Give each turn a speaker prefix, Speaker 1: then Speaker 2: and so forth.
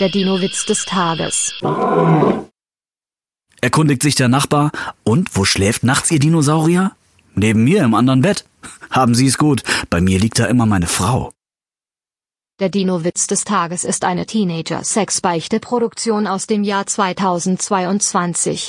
Speaker 1: Der Dino-Witz des Tages.
Speaker 2: Erkundigt sich der Nachbar, und wo schläft nachts Ihr Dinosaurier? Neben mir im anderen Bett. Haben Sie es gut, bei mir liegt da immer meine Frau.
Speaker 1: Der Dino-Witz des Tages ist eine Teenager-Sexbeichte-Produktion aus dem Jahr 2022.